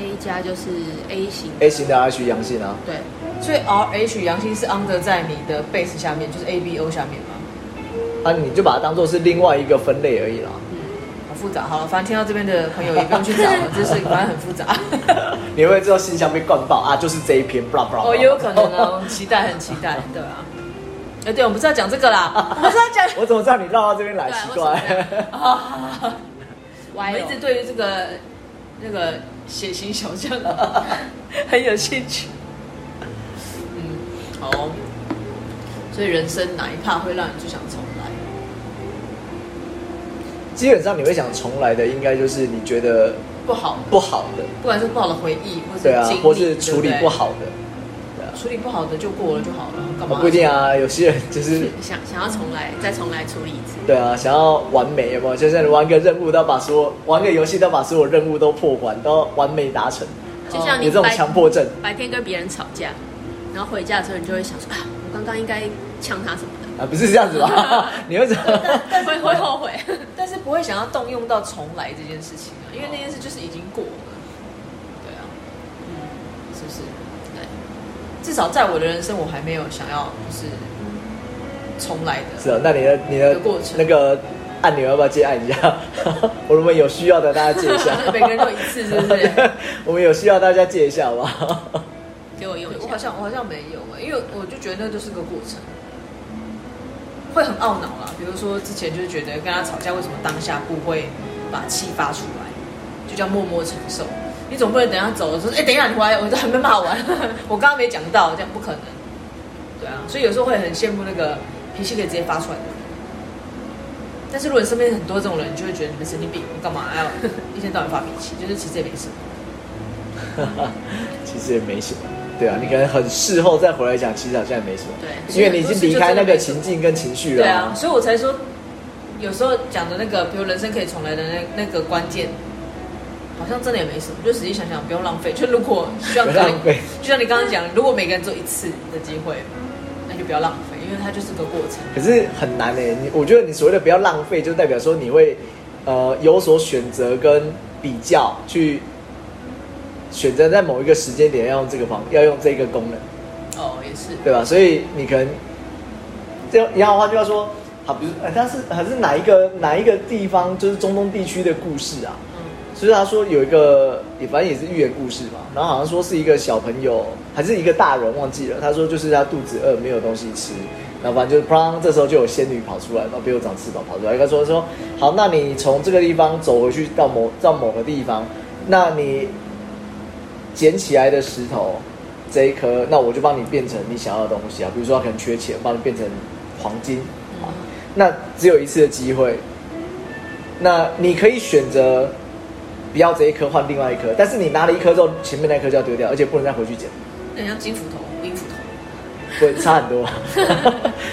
Speaker 3: ，A 加就是 A 型
Speaker 2: A 型的 R H 阳性啊，
Speaker 3: 对，
Speaker 1: 所以 R H 阳性是 under 在你的 base 下面，就是 A B O 下面吗？
Speaker 2: 啊你就把它当做是另外一个分类而已啦。
Speaker 1: 好复杂。好了，反正听到这边的朋友也不用去找了，这是反正很复杂。
Speaker 2: 你会知道信箱被灌爆啊，就是这一篇，blah blah。
Speaker 1: 哦，也有可能啊， 我们期待，很期待，对啊。哎，对，我们不是要讲这个啦，我们是要讲。
Speaker 2: 我怎么知道你绕到这边来？
Speaker 3: 对
Speaker 2: 奇
Speaker 3: 为什么这
Speaker 2: 怪
Speaker 3: 样。
Speaker 1: 啊，我
Speaker 3: 歪
Speaker 1: 们一
Speaker 3: 哦
Speaker 1: 直对于这个那个血型小将啊 很有兴趣。嗯，好哦、所以人生哪一趴会让你最想重来？
Speaker 2: 基本上你会想重来的，应该就是你觉得
Speaker 1: 不好的，
Speaker 2: 不好的，
Speaker 1: 不管是不好的回忆，或是
Speaker 2: 对啊
Speaker 1: 经历，
Speaker 2: 或是处理
Speaker 1: 对对
Speaker 2: 不好的，对啊。
Speaker 1: 处理不好的就过了就好了，干嘛？
Speaker 2: 哦不一定。啊，有些人就是
Speaker 3: 想想要重来再重来处理一次，
Speaker 2: 对啊，想要完美有没有？就是玩个任务都要把所有玩个游戏都要把所有任务都破关，都要完美达成，
Speaker 3: 就像
Speaker 2: 哦有
Speaker 3: 你
Speaker 2: 这种
Speaker 3: 白
Speaker 2: 强迫症
Speaker 3: 白天跟别人吵架，然后回家的时候你就会想说啊，我刚刚应该呛他什么的，
Speaker 2: 啊？不是这样子 吧？ 你会怎么？
Speaker 3: 会会后悔。
Speaker 1: 但是不会想要动用到重来这件事情啊，因为那件事就是已经过了。对啊，嗯，是不是？
Speaker 3: 对，
Speaker 1: 至少在我的人生，我还没有想要就是重来的。
Speaker 2: 是啊，那你的你的
Speaker 1: 有过程
Speaker 2: 那个按钮要不要借按一下？啊 我们有需要的大家借 一下
Speaker 1: ，每个人都一次是不是
Speaker 2: 对 我们有需要大家借一下好不好？
Speaker 3: 给我用
Speaker 1: 对
Speaker 3: 一
Speaker 1: 我好
Speaker 3: 下。
Speaker 1: 像我好像没有啊，因为我就觉得那就是个过程，会很懊恼啦。比如说之前就是觉得跟他吵架，为什么当下不会把气发出来，就叫默默承受。你总不能等他走的时候，哎、等一下你回来，我都还没骂完， 我刚刚没讲到，这样不可能。对啊，所以有时候会很羡慕那个脾气可以直接发出来的人。但是如果你身边很多这种人，你就会觉得你们神经病，你干嘛要 一天到晚发脾气？就是其实也没什么。
Speaker 2: 其实也没什么，对啊，你可能很事后再回来讲，其实好像也没什么，
Speaker 3: 对
Speaker 2: 因为你已经离开那个情境跟情绪了
Speaker 1: 对
Speaker 2: 啊、
Speaker 1: 啊，所以我才说，有时候讲的那个，比如人生可以重来的那那个关键，好像真的也没什么。就仔细想想，不用浪费。就如果就像刚
Speaker 2: 不浪费
Speaker 1: 就像你刚刚讲，如果每个人只有一次的机会，那就不要浪费，因为它就是个过程。
Speaker 2: 可是很难诶、你我觉得你所谓的不要浪费，就代表说你会呃有所选择跟比较，去选择在某一个时间点要用这个方，要用这个功能，
Speaker 1: 哦，也是。
Speaker 2: 对吧？所以你可能这样一样的话，就要说，好，比如呃但是还是哪一个哪一个地方，就是中东地区的故事啊，
Speaker 1: 嗯，
Speaker 2: 所以他说有一个，也反正也是寓言故事嘛，然后好像说是一个小朋友还是一个大人忘记了，他说就是他肚子饿没有东西吃，然后反正就是呃砰，这时候就有仙女跑出来嘛，比我长翅膀跑出来，他说说好，那你从这个地方走回去到某到某个地方，那你捡起来的石头这一颗，那我就帮你变成你想要的东西啊，比如说他可能缺钱，我帮你变成黄金啊，那只有一次的机会，那你可以选择不要这一颗换另外一颗，但是你拿了一颗之后，前面那颗就要丢掉，而且不能再回去捡。
Speaker 1: 那你像金斧头、银斧头，
Speaker 2: 不会差很 多，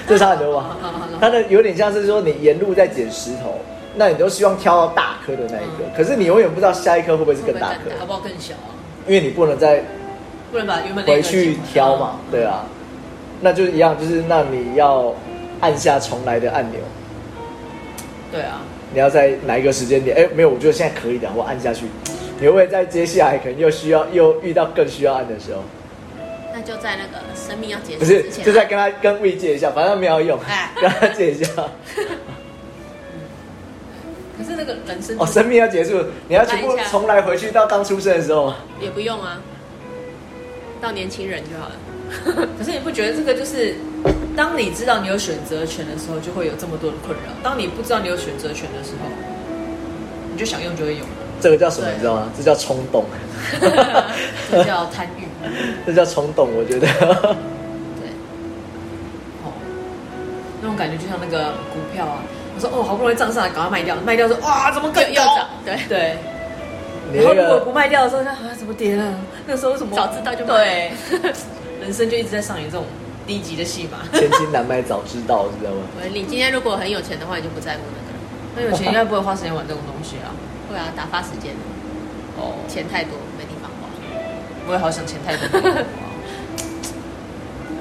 Speaker 2: 这差很多吧
Speaker 3: 好好好？
Speaker 2: 它的有点像是说你沿路在捡石头，那你都希望挑到大颗的那一个，
Speaker 3: 嗯
Speaker 2: 可是你永远不知道下一颗会不会是更大
Speaker 3: 会不会
Speaker 2: 颗
Speaker 3: 更，好不好更小啊？
Speaker 2: 因为你不能再
Speaker 3: 不能把原本那个
Speaker 2: 回去挑嘛，
Speaker 3: 嗯
Speaker 2: 对啊，那就是一样，就是那你要按下重来的按钮，
Speaker 3: 对啊，
Speaker 2: 你要在哪一个时间点？哎，没有，我觉得现在可以的，我按下去，你会不会在接下来可能又需要又遇到更需要按的时候？
Speaker 3: 那就在那个生命要结束
Speaker 2: 不是
Speaker 3: 之，前，
Speaker 2: 就在跟他跟 V 借一下，反正没有用
Speaker 3: 哎，
Speaker 2: 跟他借一下。
Speaker 3: 可是那个人生
Speaker 2: 哦，生命要结束，你要全部
Speaker 3: 来一下
Speaker 2: 重来回去到刚出生的时候吗？
Speaker 3: 也不用啊，到年轻人就好了。
Speaker 1: 可是你不觉得这个就是，当你知道你有选择权的时候，就会有这么多的困扰；当你不知道你有选择权的时候，你就想用就会用，
Speaker 2: 这个叫什么？
Speaker 3: 对
Speaker 2: 你知道吗？这叫冲动，
Speaker 1: 这叫贪欲。
Speaker 2: 这叫冲动。我觉 得
Speaker 3: 对，
Speaker 1: 哦，那种感觉就像那个股票啊，我说哦，好不容易涨上来，赶快卖掉，卖掉说哇，怎么更
Speaker 3: 又
Speaker 1: 高
Speaker 3: 又涨对
Speaker 1: 对，
Speaker 2: 你
Speaker 1: 然后
Speaker 2: 那
Speaker 1: 如果
Speaker 2: 个
Speaker 1: 不卖掉的时候，就啊怎么跌了？那时候为什么
Speaker 3: 早知道就
Speaker 1: 对
Speaker 3: 买，
Speaker 1: 人生就一直在上演这种低级的戏嘛。
Speaker 2: 千金难买早知道，知道吗？
Speaker 3: 我你今天如果很有钱的话，你就不在乎那个
Speaker 1: 那
Speaker 3: 了。
Speaker 1: 有钱应该不会花时间玩这种东西啊。
Speaker 3: 会啊，打发时间，
Speaker 1: 哦，
Speaker 3: 钱太多没地方花。
Speaker 1: 我也好想钱太多 了。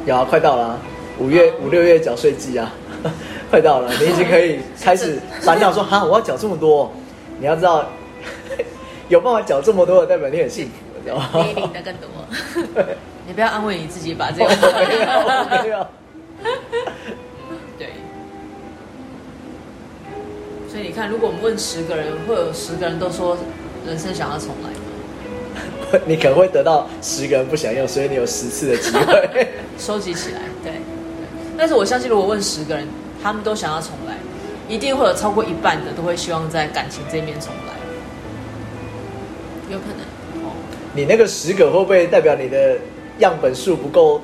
Speaker 2: 有啊，快到了、啊，五
Speaker 3: 哦
Speaker 2: 月五六月缴税季啊， 快到了，你已经可以开始烦恼说哈，我要缴这么多。你要知道， 有办法缴这么多的，代表你很幸福，知道吗？
Speaker 3: 你领的更多，
Speaker 1: 你不要安慰你自己，把这
Speaker 2: 没有
Speaker 1: 个
Speaker 2: 没有，
Speaker 1: 对。所以你看，如果我们问十个人，会有十个人都说人生想要重来吗？
Speaker 2: 你可能会 得到十个人不想用，所以你有十次的机会。
Speaker 1: 收集起来。
Speaker 3: 对，
Speaker 1: 但是我相信，如果问十个人，他们都想要重来，一定会有超过一半的都会希望在感情这一面重来。
Speaker 3: 有可能。
Speaker 1: 哦，
Speaker 2: 你那个十个会不会代表你的样本数不够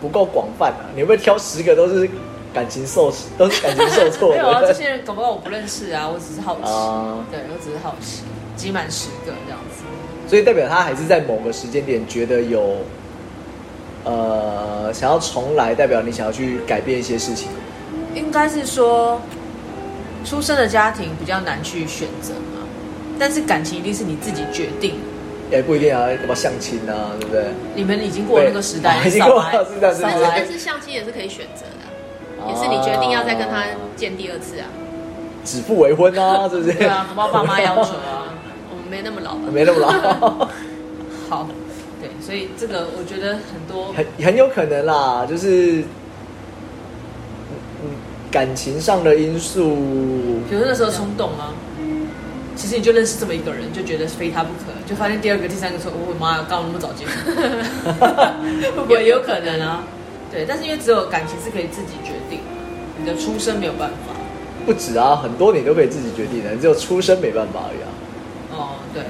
Speaker 2: 不够广泛啊？你会不会挑十个都是感情受都是感情受挫
Speaker 1: 没有啊，这
Speaker 2: 的？
Speaker 1: 些人搞不好我不认识啊，我只是好奇。
Speaker 2: 啊
Speaker 1: 对，我只是好奇，集满十个这样子。
Speaker 2: 所以代表他还是在某个时间点觉得有呃想要重来，代表你想要去改变一些事情。
Speaker 1: 应该是说，出生的家庭比较难去选择嘛，但是感情一定是你自己决定的。
Speaker 2: 也不一定啊，什么相亲啊，对不对？
Speaker 1: 你们已经过了那个时代，
Speaker 2: 对哦已经
Speaker 1: 少
Speaker 2: 过
Speaker 1: 来
Speaker 2: 了时代是不
Speaker 1: 少
Speaker 3: 但
Speaker 2: 好
Speaker 3: 是
Speaker 2: 吧
Speaker 1: 来
Speaker 3: 但是相亲也是可以选择的啊、也是你决定要再跟他见第二次啊。
Speaker 2: 指腹为婚啊，是不是？
Speaker 1: 对 啊，搞不好爸妈要求啊。
Speaker 3: 我们没那么老吧？
Speaker 2: 没那么老，
Speaker 1: 好，对，所以这个我觉得很多
Speaker 2: 很很有可能啦，就是嗯嗯感情上的因素，
Speaker 1: 比如说那时候冲动啊，其实你就认识这么一个人，就觉得非他不可，就发现第二个、第三个说，哦我、妈呀，干嘛那么早结 婚？会不会有可能啊？对，但是因为只有感情是可以自己决定，你的出身没有办法。
Speaker 2: 不止啊，很多你都可以自己决定的，只有出生没办法而已啊。
Speaker 1: 哦，对。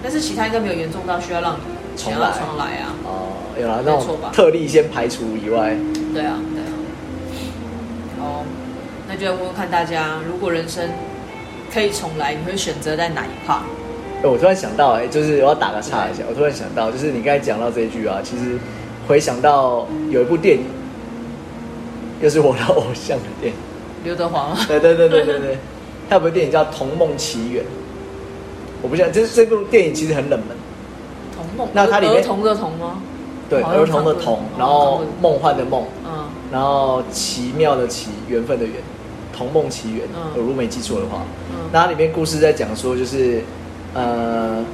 Speaker 1: 但是其他应该没有严重到需要让你想要重来啊。
Speaker 2: 哦，有啦，
Speaker 1: 没
Speaker 2: 那
Speaker 1: 错
Speaker 2: 种
Speaker 1: 吧
Speaker 2: 特例先排除以外，
Speaker 1: 对啊，对啊。好，那就来问问看大家，如果人生可以重来，你会选择在哪一 part？
Speaker 2: 哎我突然想到、哎，就是我要打个岔一下，我突然想到，就是你刚才讲到这一句啊，其实回想到有一部电影，又是我的偶像的电影，
Speaker 1: 刘德华吗？
Speaker 2: 对对对对对对，他有部电影叫《童梦奇缘》，我不想，就是这部电影其实很冷门，
Speaker 1: 童梦？
Speaker 2: 那它里面
Speaker 1: 儿童的童吗？
Speaker 2: 对，
Speaker 1: 好像
Speaker 2: 儿童的
Speaker 1: 看过
Speaker 2: 童
Speaker 1: 哦，
Speaker 2: 然后梦幻的梦，
Speaker 1: 嗯，
Speaker 2: 然后奇妙的奇，缘分的缘，童梦奇缘。
Speaker 1: 嗯
Speaker 2: 我如果没记错的话，
Speaker 1: 嗯
Speaker 2: 那它里面故事在讲说，就是呃，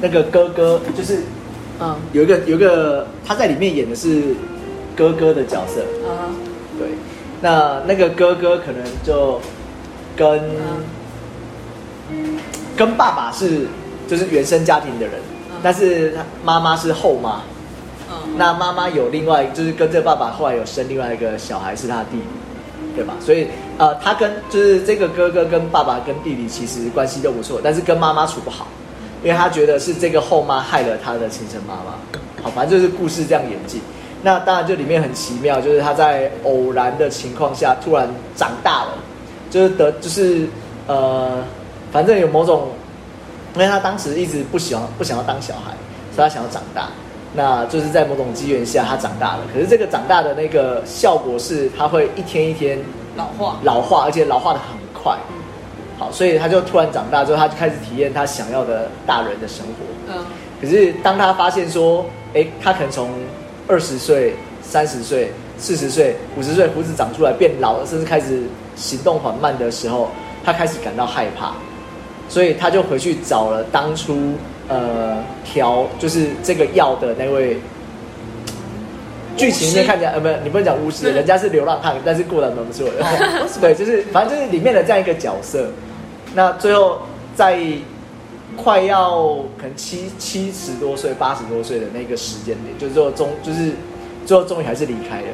Speaker 2: 那个哥哥，就是
Speaker 1: 嗯
Speaker 2: 有一个有一个他在里面演的是哥哥的角色，
Speaker 1: 啊，
Speaker 2: 对，那那个哥哥可能就跟、
Speaker 1: 嗯
Speaker 2: 跟爸爸是就是原生家庭的人，
Speaker 1: 嗯
Speaker 2: 但是他妈妈是后妈。
Speaker 1: 嗯，
Speaker 2: 那妈妈有另外，就是跟这个爸爸后来有生另外一个小孩，是他的弟弟，对吧？所以呃，他跟就是这个哥哥跟爸爸跟弟弟其实关系都不错，但是跟妈妈处不好，因为他觉得是这个后妈害了他的亲生妈妈。好，反正就是故事这样演进。那当然，就里面很奇妙，就是他在偶然的情况下突然长大了，就是得就是呃，反正有某种因为他当时一直不喜欢不想要当小孩，所以他想要长大。那就是在某种机缘下他长大了。可是这个长大的那个效果是，他会一天一天
Speaker 1: 老化，
Speaker 2: 老化，而且老化的很快。好，所以他就突然长大之后，他就开始体验他想要的大人的生活。
Speaker 1: 嗯，
Speaker 2: 可是当他发现说，哎，他可能从二十岁、三十岁、四十岁、五十岁胡子长出来变老了，甚至开始行动缓慢的时候，他开始感到害怕，所以他就回去找了当初呃调就是这个药的那位。剧情呢看起来呃不，你不能讲巫师，人家是流浪汉，但是过得蛮不错的。对，就是反正就是里面的这样一个角色。那最后在快要可能七七十多岁、八十多岁的那个时间点，就是最后终就是最后终于还是离开了。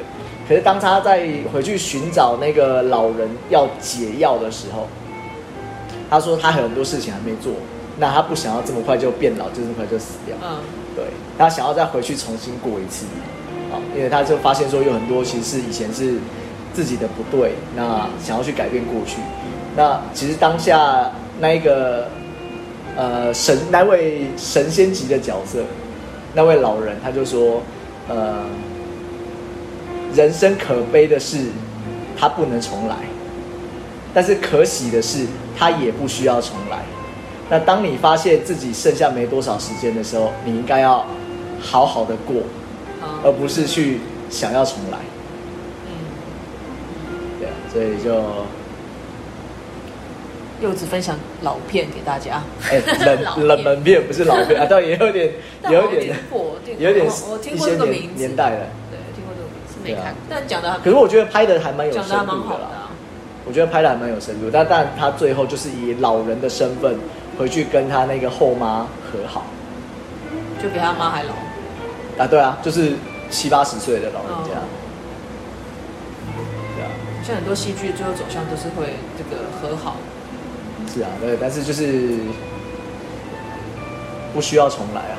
Speaker 2: 可是当他在回去寻找那个老人要解药的时候，他说他还有很多事情还没做，那他不想要这么快就变老，就这么快就死掉。
Speaker 1: 嗯，
Speaker 2: 对，他想要再回去重新过一次，啊，因为他就发现说有很多其实是以前是自己的不对，那想要去改变过去。那其实当下那一个呃神那位神仙级的角色，那位老人他就说，呃，人生可悲的是他不能重来，但是可喜的是他也不需要重来。那当你发现自己剩下没多少时间的时候，你应该要好好的过，
Speaker 1: 好，
Speaker 2: 而不是去想要重来。
Speaker 1: 嗯，
Speaker 2: 对啊，所 以就
Speaker 1: 柚子分享老片给大家，
Speaker 2: 哎、
Speaker 3: 老
Speaker 2: 冷
Speaker 3: 片
Speaker 2: 冷门片不是老片啊，倒也有点
Speaker 1: 但我
Speaker 2: 有
Speaker 1: 听
Speaker 2: 点
Speaker 1: 过，我听过
Speaker 2: 有点
Speaker 1: 我我听
Speaker 2: 一
Speaker 1: 过
Speaker 2: 些
Speaker 1: 这个
Speaker 2: 年
Speaker 1: 名字
Speaker 2: 年，代了。
Speaker 1: 对，听过这个名字，
Speaker 3: 没看过。
Speaker 1: 但讲的
Speaker 2: 可是我觉得拍的还蛮有深
Speaker 1: 讲的还蛮
Speaker 2: 度
Speaker 1: 好
Speaker 2: 的
Speaker 1: 的
Speaker 2: 啦，
Speaker 1: 啊，
Speaker 2: 我觉得拍的还蛮有深度，但但他最后就是以老人的身份回去跟他那个后妈和好
Speaker 1: 就比他妈还老，
Speaker 2: 啊，对啊，就是七八十岁的老人家，
Speaker 1: 哦
Speaker 2: 对啊。
Speaker 1: 像很多戏剧最后走向都是会这个和好，，
Speaker 2: 是啊，对，但是就是不需要重来啊。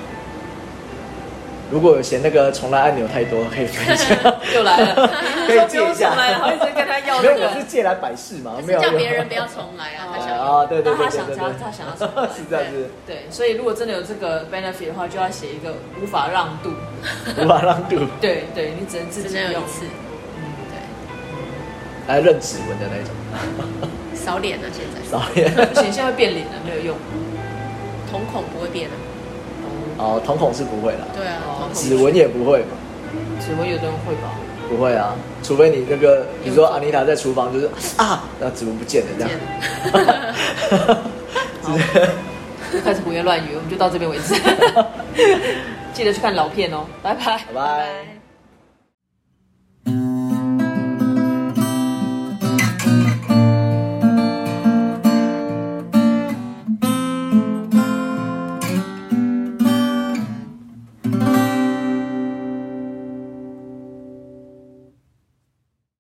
Speaker 2: 如果有嫌那个重来按钮太多，可以分一下，
Speaker 1: 又来了
Speaker 2: 可以借一下。
Speaker 1: 来了，好一直跟他 要
Speaker 2: 没
Speaker 1: 那
Speaker 2: 有，我
Speaker 1: 个
Speaker 2: 是，借来百事嘛，没有
Speaker 3: 叫
Speaker 2: 用
Speaker 3: 别人不要重来啊，他想要
Speaker 2: 啊，对对
Speaker 1: 那
Speaker 2: 对
Speaker 1: 他
Speaker 2: 对
Speaker 1: 想
Speaker 2: 对
Speaker 1: 加
Speaker 2: 对，，
Speaker 1: 他想要重来
Speaker 2: 是这样子，
Speaker 1: 对对，所以如果真的有这个 benefit 的话，就要写一个无法让渡，
Speaker 2: 无法让渡，
Speaker 1: 对对，你只能自
Speaker 3: 只
Speaker 1: 己
Speaker 3: 能有
Speaker 1: 用
Speaker 3: 一，次，
Speaker 1: 嗯，
Speaker 3: 对，
Speaker 2: 来认指纹的那种，
Speaker 3: 扫脸啊，现在
Speaker 2: 导演。
Speaker 1: 而且现在会变脸了，没有用，
Speaker 3: 瞳孔不会变啊，
Speaker 2: 哦，瞳孔是不会啦，
Speaker 3: 对啊，
Speaker 1: 哦
Speaker 3: 瞳孔不
Speaker 2: 指纹也不会嘛，
Speaker 1: 只会有的人会吧，
Speaker 2: 不会啊，除非你那个，比如说阿妮塔在厨房就是啊，那指纹不见了这样。
Speaker 3: 见了。
Speaker 2: 是
Speaker 1: 就开始 胡言乱语，我们就到这边为止，记得去看老片哦，拜拜，
Speaker 2: 拜拜。